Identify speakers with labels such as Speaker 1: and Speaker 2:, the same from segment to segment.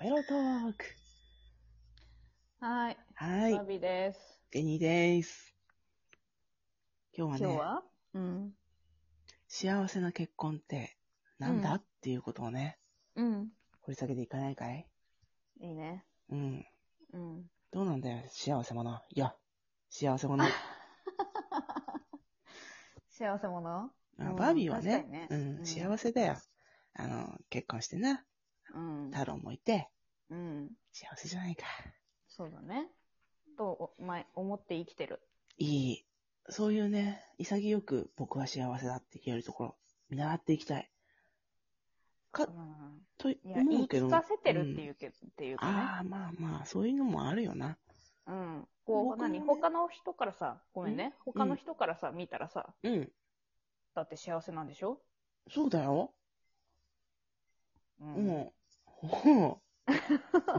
Speaker 1: メロトーク。
Speaker 2: はい。
Speaker 1: は
Speaker 2: バ
Speaker 1: い、
Speaker 2: ビです。
Speaker 1: ゲニーです。今
Speaker 2: 今
Speaker 1: 日
Speaker 2: 日
Speaker 1: はね、
Speaker 2: はうん。
Speaker 1: 幸せな結婚ってなんだ、
Speaker 2: うん
Speaker 1: っていうことをね、
Speaker 2: うん。
Speaker 1: 掘り下げていかないかい
Speaker 2: いいね。
Speaker 1: うん。
Speaker 2: うん。
Speaker 1: どうなんだよ、幸せ者。いや、幸せ者。
Speaker 2: 幸せ者
Speaker 1: あ
Speaker 2: うん
Speaker 1: バービーは
Speaker 2: 確
Speaker 1: ね
Speaker 2: かにね
Speaker 1: うん
Speaker 2: う、ん
Speaker 1: 幸せだよ。あの、結婚してな、
Speaker 2: うん。
Speaker 1: 太郎もいて、
Speaker 2: うん。
Speaker 1: 幸せじゃないか。
Speaker 2: そうだね。と、お前、思って生きてる。
Speaker 1: いい。そういうね、潔く僕は幸せだって言えるところ、見習っていきたい。か
Speaker 2: う、ん。
Speaker 1: と
Speaker 2: いや、言
Speaker 1: 思う
Speaker 2: い
Speaker 1: けど。
Speaker 2: 聞かせてるって
Speaker 1: う
Speaker 2: い
Speaker 1: ん
Speaker 2: うけ、っていうかね。
Speaker 1: ああ、まあまあ、そういうのもあるよな。
Speaker 2: うん。こ
Speaker 1: 僕
Speaker 2: う、
Speaker 1: もね
Speaker 2: 何他の人からさ、ごめんね。
Speaker 1: うん
Speaker 2: 他の人からさ、見たらさ、
Speaker 1: うん。
Speaker 2: だって幸せなんでしょ
Speaker 1: そうだよ。
Speaker 2: う
Speaker 1: もう、ほ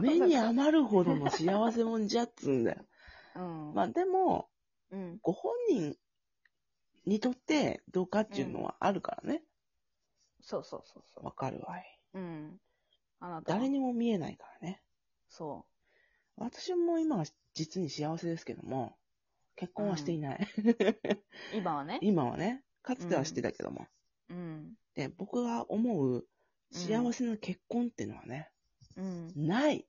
Speaker 1: う。目に余るほどの幸せもんじゃっつうんだよ。
Speaker 2: うん。
Speaker 1: まあでも、
Speaker 2: うん。
Speaker 1: ご本人にとってどうかっていうのはあるからね。
Speaker 2: そうそうそうそ
Speaker 1: わかるわい。
Speaker 2: う。うん。あなたは
Speaker 1: 誰にも見えないからね。
Speaker 2: そ
Speaker 1: 私も今は実に幸せですけども、結婚はしていない。
Speaker 2: う。今はね。
Speaker 1: 今はね、かつてはしてたけども。
Speaker 2: うん。
Speaker 1: で、僕が思う幸せな結婚っていうのはね、
Speaker 2: うん。
Speaker 1: ない。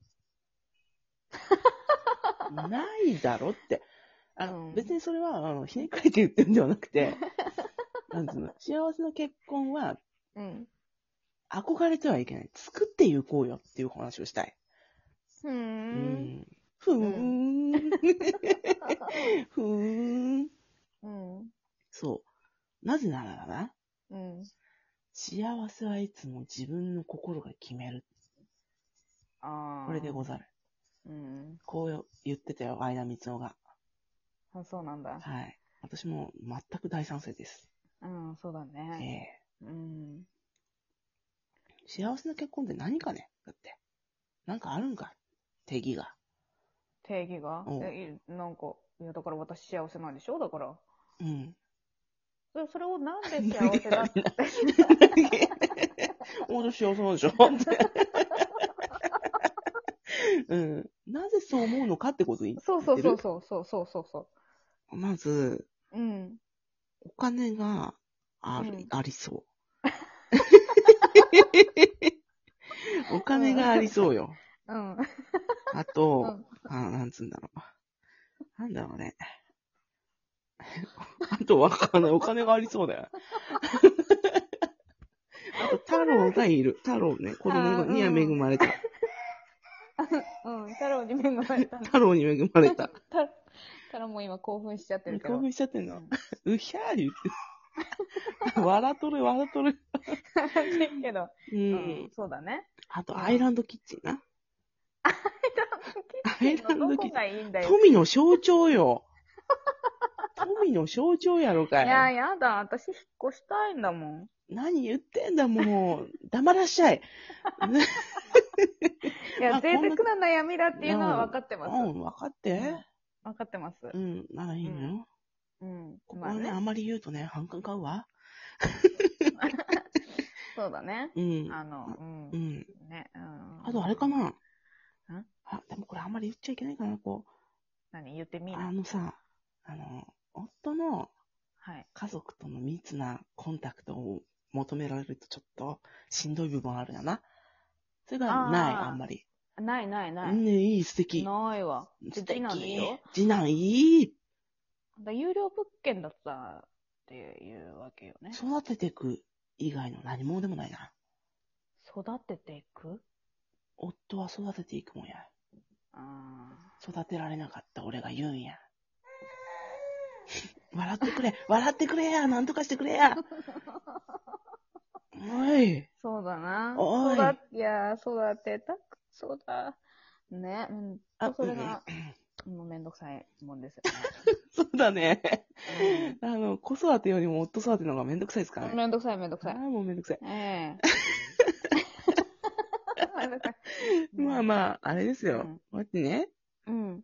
Speaker 1: ないだろって。あの、
Speaker 2: うん
Speaker 1: 別にそれは、あの、ひねくれて言ってるんではなくて、なんつうの、幸せの結婚は
Speaker 2: うん。
Speaker 1: 憧れてはいけない。作っていこうよっていう話をしたい。
Speaker 2: うー。
Speaker 1: うんん。ふーん。ふーん。
Speaker 2: うん。
Speaker 1: そう。なぜならだな。
Speaker 2: うん。
Speaker 1: 幸せはいつも自分の心が決める。
Speaker 2: ああ。
Speaker 1: これでござる。
Speaker 2: うん。
Speaker 1: こう言ってたよ、相田光夫が。
Speaker 2: あそうなんだ。
Speaker 1: はい。私も全く大賛成です。
Speaker 2: うん、そうだ
Speaker 1: え
Speaker 2: ね。
Speaker 1: え
Speaker 2: うん。
Speaker 1: 幸せな結婚って何かねだって。なんかあるんか定義が。
Speaker 2: 定義が
Speaker 1: うん
Speaker 2: え、いなんか、いや、だから私幸せなんでしょだから。
Speaker 1: うん。
Speaker 2: それそれをなん で幸せだって。
Speaker 1: 俺幸せなんで しょうん。なぜそう思うのかってことに。
Speaker 2: そうそうそうそうそうそうそうそ
Speaker 1: まず、
Speaker 2: う。うん。
Speaker 1: お金がある、
Speaker 2: うん
Speaker 1: ありそう。 お金がありそうよ。
Speaker 2: うん。
Speaker 1: あと、
Speaker 2: うん
Speaker 1: あなんつうんだろう。なんだろうね。 あとわかんない。お金がありそうだよ。 あと、太郎がいる。太郎ね。子供には
Speaker 2: あーうん
Speaker 1: 恵まれた。
Speaker 2: うん。太郎に目が生ま れた。
Speaker 1: 太郎に恵まれた。
Speaker 2: 太太郎も今興奮しちゃってるけど。
Speaker 1: 興奮しちゃってん
Speaker 2: う
Speaker 1: の
Speaker 2: ん。
Speaker 1: うひゃー言って。 笑っとる、笑っとる。
Speaker 2: けど、
Speaker 1: う
Speaker 2: うん ん。。そうだね。
Speaker 1: あと、アイランドキッチンな。アイラン
Speaker 2: ど
Speaker 1: ドキッチ
Speaker 2: こ
Speaker 1: ン。
Speaker 2: がいいんだよ。
Speaker 1: 富の象徴よ。富の象徴やろか
Speaker 2: いや、やだ。私引っ越したいんだもん。
Speaker 1: 何言ってんだ、もう。黙らっしゃい。
Speaker 2: い
Speaker 1: あ
Speaker 2: や、贅沢な悩みだっていうのは分かって
Speaker 1: う
Speaker 2: ます。
Speaker 1: ん、分かって。
Speaker 2: 分かってます。
Speaker 1: うん、ならいいのよ。
Speaker 2: うん。
Speaker 1: ここ
Speaker 2: まあ
Speaker 1: はね、
Speaker 2: ね
Speaker 1: あ。んまり言うとね、反感買うわ。
Speaker 2: そうだね。
Speaker 1: うん。
Speaker 2: あの、うん
Speaker 1: う。ん。
Speaker 2: ね。うん
Speaker 1: あと、あれかな。
Speaker 2: ん
Speaker 1: あ、でもこれあんまり言っちゃいけないかな、こ
Speaker 2: 何言っ
Speaker 1: う。
Speaker 2: てみな
Speaker 1: あ。のさ、あの、夫の
Speaker 2: はい。
Speaker 1: 家族との密なコンタクトを求められるとちょっとしんどい部分あるよな。それがない、
Speaker 2: あー
Speaker 1: あんまり。
Speaker 2: ないないな
Speaker 1: う
Speaker 2: い。
Speaker 1: ん、いい、素敵。
Speaker 2: ないわ。
Speaker 1: 素
Speaker 2: 次
Speaker 1: 敵
Speaker 2: なんでしょ。
Speaker 1: 次男いい。
Speaker 2: だから有料物件だったっていうわけよね。
Speaker 1: 育てていく以外の何もでもないな。
Speaker 2: 育てていく
Speaker 1: 夫は育てていくもんや。
Speaker 2: あ
Speaker 1: 育てられなかった俺が言うんや。 笑ってくれ、笑ってくれや、なんとかしてくれや。おい、
Speaker 2: ーそうだな。
Speaker 1: おい
Speaker 2: 育いやー、育てたく、そうだ。ね。うん。
Speaker 1: あ
Speaker 2: それが、もうめんどくさいもんですよ
Speaker 1: そうだね。
Speaker 2: ね。
Speaker 1: あの、子育てよりも夫育ての方がめんどくさいですか
Speaker 2: う
Speaker 1: ら
Speaker 2: ん
Speaker 1: ね。
Speaker 2: めんどくさいめんどく
Speaker 1: あ
Speaker 2: さ
Speaker 1: あ、
Speaker 2: い。
Speaker 1: もうめんどくさい。
Speaker 2: ええなんか
Speaker 1: まあまあ、あれですよ。
Speaker 2: う
Speaker 1: こ
Speaker 2: ん
Speaker 1: うやってね、
Speaker 2: うん。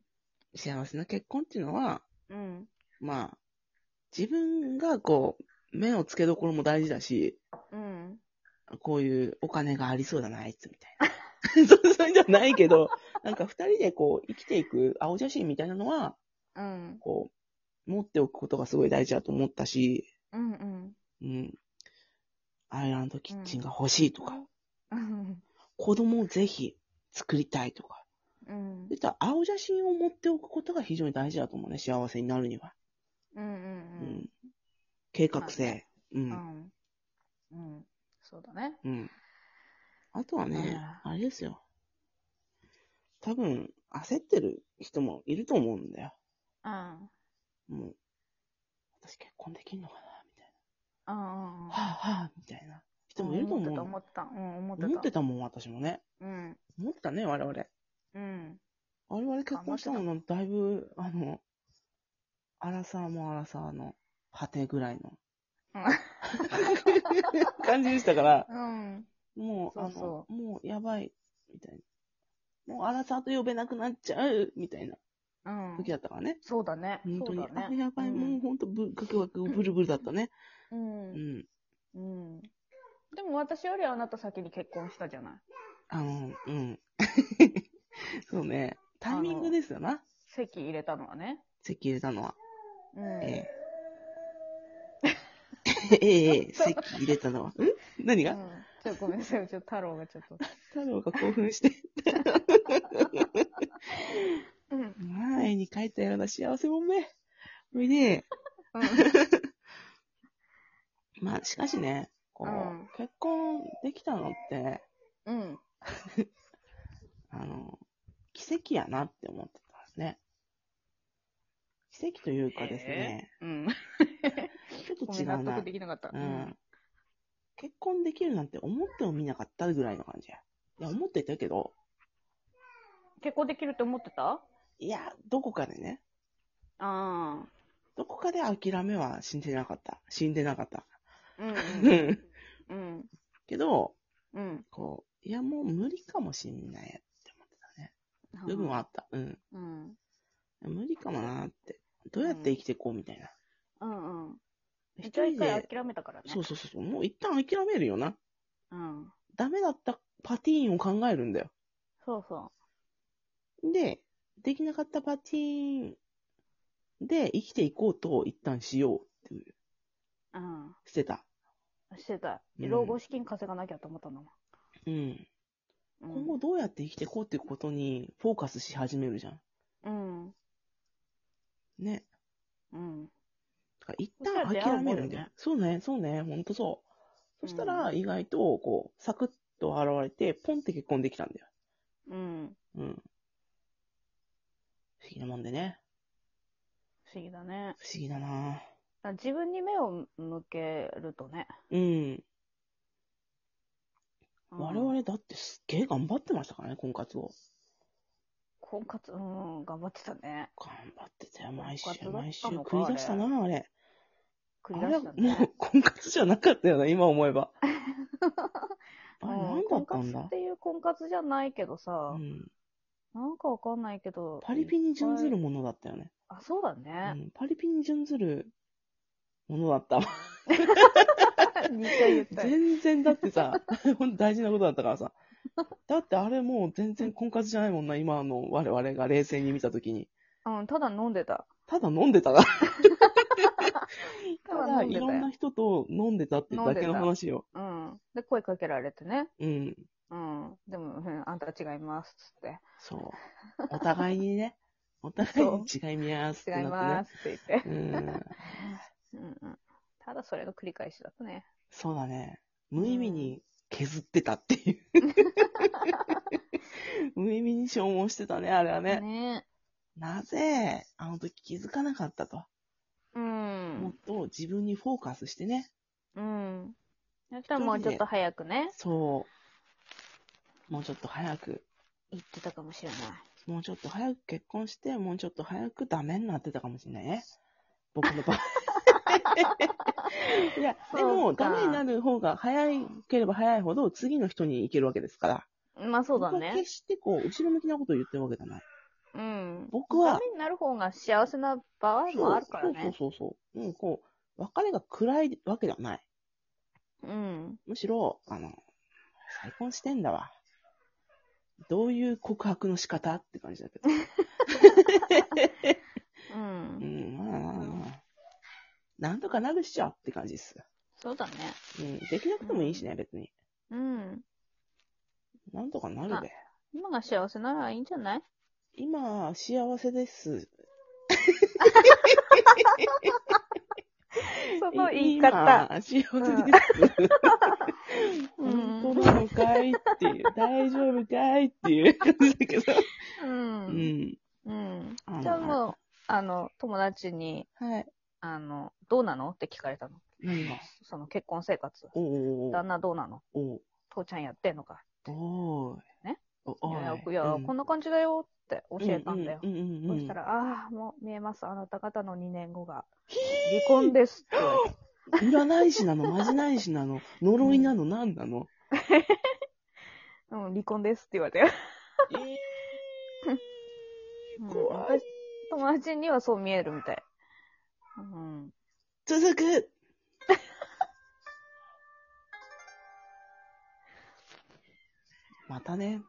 Speaker 1: 幸せな結婚っていうのは、
Speaker 2: うん。
Speaker 1: まあ、自分がこう、目の付けどころも大事だし、
Speaker 2: うん。
Speaker 1: こういうお金がありそうだな、あいつみたいな。 そうそうじゃないけど、なんか二人でこう、生きていく青写真みたいなのは、
Speaker 2: うん。
Speaker 1: こう、持っておくことがすごい大事だと思ったし、
Speaker 2: うんうん。
Speaker 1: うん。アイランドキッチンが欲しいとか、
Speaker 2: うん。
Speaker 1: 子供をぜひ作りたいとか、
Speaker 2: うん。
Speaker 1: そういった青写真を持っておくことが非常に大事だと思うね、幸せになるには。
Speaker 2: うん。う。。
Speaker 1: うん計画性。う。
Speaker 2: うんん。うん。そうだね。
Speaker 1: うん。あとはね、あれですよ。多分、焦ってる人もいると思うんだよ。
Speaker 2: うん。
Speaker 1: もう、私結婚できんのかなみたい
Speaker 2: うん。
Speaker 1: な。はぁ、はぁ、みたいな人もいると思うの。
Speaker 2: 思ってた、思ってた。
Speaker 1: 思って
Speaker 2: た。
Speaker 1: たもん、私もね。
Speaker 2: うん。
Speaker 1: 思ってたね、我々。
Speaker 2: うん。
Speaker 1: 我々結婚したの、だいぶ、あの、アラサーもアラサーの果てぐらいの 感じでしたから、
Speaker 2: うん。
Speaker 1: もう、
Speaker 2: そう
Speaker 1: あ
Speaker 2: そ
Speaker 1: の、もうやばい、みたいな。もうアラサーと呼べなくなっちゃう、みたいな
Speaker 2: うん。
Speaker 1: 時だったからね。
Speaker 2: そうだね。
Speaker 1: 本当に、
Speaker 2: そうだ
Speaker 1: あ、
Speaker 2: ね。
Speaker 1: やばい、もう本当ぶ、ガクガクブルブルだったね。
Speaker 2: う。
Speaker 1: うん
Speaker 2: うん。
Speaker 1: ん。
Speaker 2: うん。でも私よりあなた先に結婚したじゃない。
Speaker 1: あの、うん。 そうね。タイミングですよな。
Speaker 2: 席入れたのはね。
Speaker 1: 席入れたのは。
Speaker 2: うん。
Speaker 1: ええ。ええ、席入れたのは。ん何
Speaker 2: う
Speaker 1: が
Speaker 2: ん、ちょっとごめんなさい。ちょっと太郎がちょっと。
Speaker 1: 太郎が興奮して。
Speaker 2: うん。
Speaker 1: まあ、絵に描いたような幸せもんめ。それで、まあ、しかしね、こう、
Speaker 2: うん
Speaker 1: 結婚できたのって、
Speaker 2: うん。
Speaker 1: あの、奇跡やなって思ってたんですね。奇跡というかですね、
Speaker 2: うん。
Speaker 1: ちょっと
Speaker 2: ごめ
Speaker 1: 違
Speaker 2: ん、納
Speaker 1: うな
Speaker 2: 得。できなかった。
Speaker 1: う。ん。結婚できるなんて思ってもみなかったぐらいの感じや。いや、思ってたけど、
Speaker 2: 結婚できるって思ってたあ
Speaker 1: いや、どこかでね、
Speaker 2: あ。
Speaker 1: どこかで諦めは死んでなかった。死んでなかった。
Speaker 2: うん。うん。
Speaker 1: けど、
Speaker 2: うん。
Speaker 1: こう、いや、もう無理かもしんないって思ってたね。部分はあった。うん。
Speaker 2: うん。
Speaker 1: 無理かもなーって。どうやって生きていこうみたいな。
Speaker 2: うんうん。
Speaker 1: 一
Speaker 2: 一
Speaker 1: 人
Speaker 2: 回
Speaker 1: で、
Speaker 2: 諦めたからね。
Speaker 1: そうそうそうそう、もう一旦諦めるよな。
Speaker 2: うん。
Speaker 1: ダメだったパティーンを考えるんだよ。
Speaker 2: そうそ
Speaker 1: で、できなかったパティーンで生きていこうと一旦しようっていう、
Speaker 2: う。うん。
Speaker 1: 捨てた。
Speaker 2: してた。
Speaker 1: うん
Speaker 2: 老後資金稼がなきゃと思ったの。
Speaker 1: うん。
Speaker 2: うん
Speaker 1: 今後どうやって生きていこうっていうことにフォーカスし始めるじゃん。
Speaker 2: うん。
Speaker 1: ね。
Speaker 2: うん。
Speaker 1: だから一旦諦めるんだよ。そうね、そうね、ほんとそう。そしたら、意外と、こう、サクッと現れて、ポンって結婚できたんだよ。
Speaker 2: うん。
Speaker 1: うん。不思議なもんでね。
Speaker 2: 不思議だね。
Speaker 1: 不思議だなぁ
Speaker 2: だから自分に目を向けるとね。
Speaker 1: うん。
Speaker 2: うん
Speaker 1: 我々だってすっげえ頑張ってましたからね、婚活を。
Speaker 2: 婚活、うん、頑張ってたね。
Speaker 1: 頑張ってたよ、毎週
Speaker 2: 婚活だったのか
Speaker 1: 毎週繰り出したなぁあれ。
Speaker 2: 繰
Speaker 1: あ
Speaker 2: り
Speaker 1: れ
Speaker 2: 出
Speaker 1: は
Speaker 2: した
Speaker 1: も
Speaker 2: ね
Speaker 1: う。婚活じゃなかったよな、今思え ば。あれ
Speaker 2: うん
Speaker 1: 何だったん
Speaker 2: 婚活
Speaker 1: だ
Speaker 2: っていう婚活じゃないけどさ
Speaker 1: う、ん。
Speaker 2: なんかわかんないけど。
Speaker 1: パリピに準ず
Speaker 2: いっ
Speaker 1: るものだったよね。
Speaker 2: ぱい。あ、そうだ
Speaker 1: う
Speaker 2: ね。
Speaker 1: ん。パリピに準ずるものだったわ。
Speaker 2: 2回言った よ。
Speaker 1: 全然だってさ、 ほんと大事なことだったからさ。だってあれもう全然婚活じゃないもんな、今の我々が冷静に見たときに。
Speaker 2: うん、ただ飲んでた。
Speaker 1: ただ飲んでたな。
Speaker 2: た
Speaker 1: た
Speaker 2: だ
Speaker 1: だ
Speaker 2: 飲ん
Speaker 1: い
Speaker 2: でた
Speaker 1: ろん
Speaker 2: よ
Speaker 1: な。人と飲んでたってだけの話よ。
Speaker 2: うん。で、声かけられてね。
Speaker 1: うん。
Speaker 2: うん。でも、うん、あんた違います。つって。
Speaker 1: そう。お互いに ね、お互いに違いますって
Speaker 2: 違い
Speaker 1: なっ
Speaker 2: ます。って言って
Speaker 1: ね。。うん。
Speaker 2: うんうん。ただそれの繰り返しだったね。
Speaker 1: そうだね。無意味に削ってたって いう。無意味に消耗してたね、あれはね。
Speaker 2: ね
Speaker 1: なぜ、あの時気づかなかったと。
Speaker 2: う
Speaker 1: もっ
Speaker 2: ん。
Speaker 1: と自分にフォーカスしてね。
Speaker 2: うん。そしたらもうちょっと早くね、
Speaker 1: そう。もうちょっと早く、
Speaker 2: 行ってたかもしれない。
Speaker 1: もうちょっと早く結婚して、もうちょっと早くダメになってたかもしれないね。僕の場 合。いや、で
Speaker 2: そ
Speaker 1: も、
Speaker 2: うか
Speaker 1: ダメになる方が早ければ早いほど、次の人に行けるわけですから。
Speaker 2: まあそうだ
Speaker 1: 僕は
Speaker 2: ね。
Speaker 1: 決してこう、後ろ向きなことを言ってるわけじゃない。
Speaker 2: うん。
Speaker 1: 僕は
Speaker 2: ダメになる方が幸せな場合もあるからね。
Speaker 1: そうそうそうそう。うん、こう、別れが暗いわけではない。
Speaker 2: うん。
Speaker 1: むしろ、あの、再婚してんだわ。どういう告白の仕方って感じだけ ど。う
Speaker 2: う。
Speaker 1: んん、まあまあまあ。なんとかなるっしょって感じです。
Speaker 2: そうだね。
Speaker 1: うん、できなくてもいいしね、別に。
Speaker 2: うん。
Speaker 1: なんとかなるべ。
Speaker 2: 今が幸せならいいんじゃない
Speaker 1: 今、幸せです。
Speaker 2: そ
Speaker 1: 今
Speaker 2: の言い方。。
Speaker 1: 幸せです。
Speaker 2: うん
Speaker 1: 本当なのかいって いう。大丈夫かいっていう感じだけど。
Speaker 2: う。
Speaker 1: うんん。
Speaker 2: うん。
Speaker 1: あの
Speaker 2: じゃあもう、あの、友達に、
Speaker 1: はい。
Speaker 2: あの、どうなのって聞かれたの。
Speaker 1: 何が
Speaker 2: その結婚生活。
Speaker 1: おうおう
Speaker 2: 旦那どうなの
Speaker 1: おう
Speaker 2: 父ちゃんやってんのか
Speaker 1: おおーい。
Speaker 2: ね
Speaker 1: お
Speaker 2: い
Speaker 1: お
Speaker 2: や、いや、こんな感じだよって教えたんだよ。
Speaker 1: うんうんうんう
Speaker 2: そ
Speaker 1: ん
Speaker 2: したら、ああ、もう見えます。あなた方の2年後が。離婚ですって言われ た。
Speaker 1: 占い師なの、まじない師なの、呪いなの、なんな の。
Speaker 2: うん、離婚ですって言われて。うん
Speaker 1: 怖い。
Speaker 2: 友達にはそう見えるみたい。うん。
Speaker 1: 続くまたね、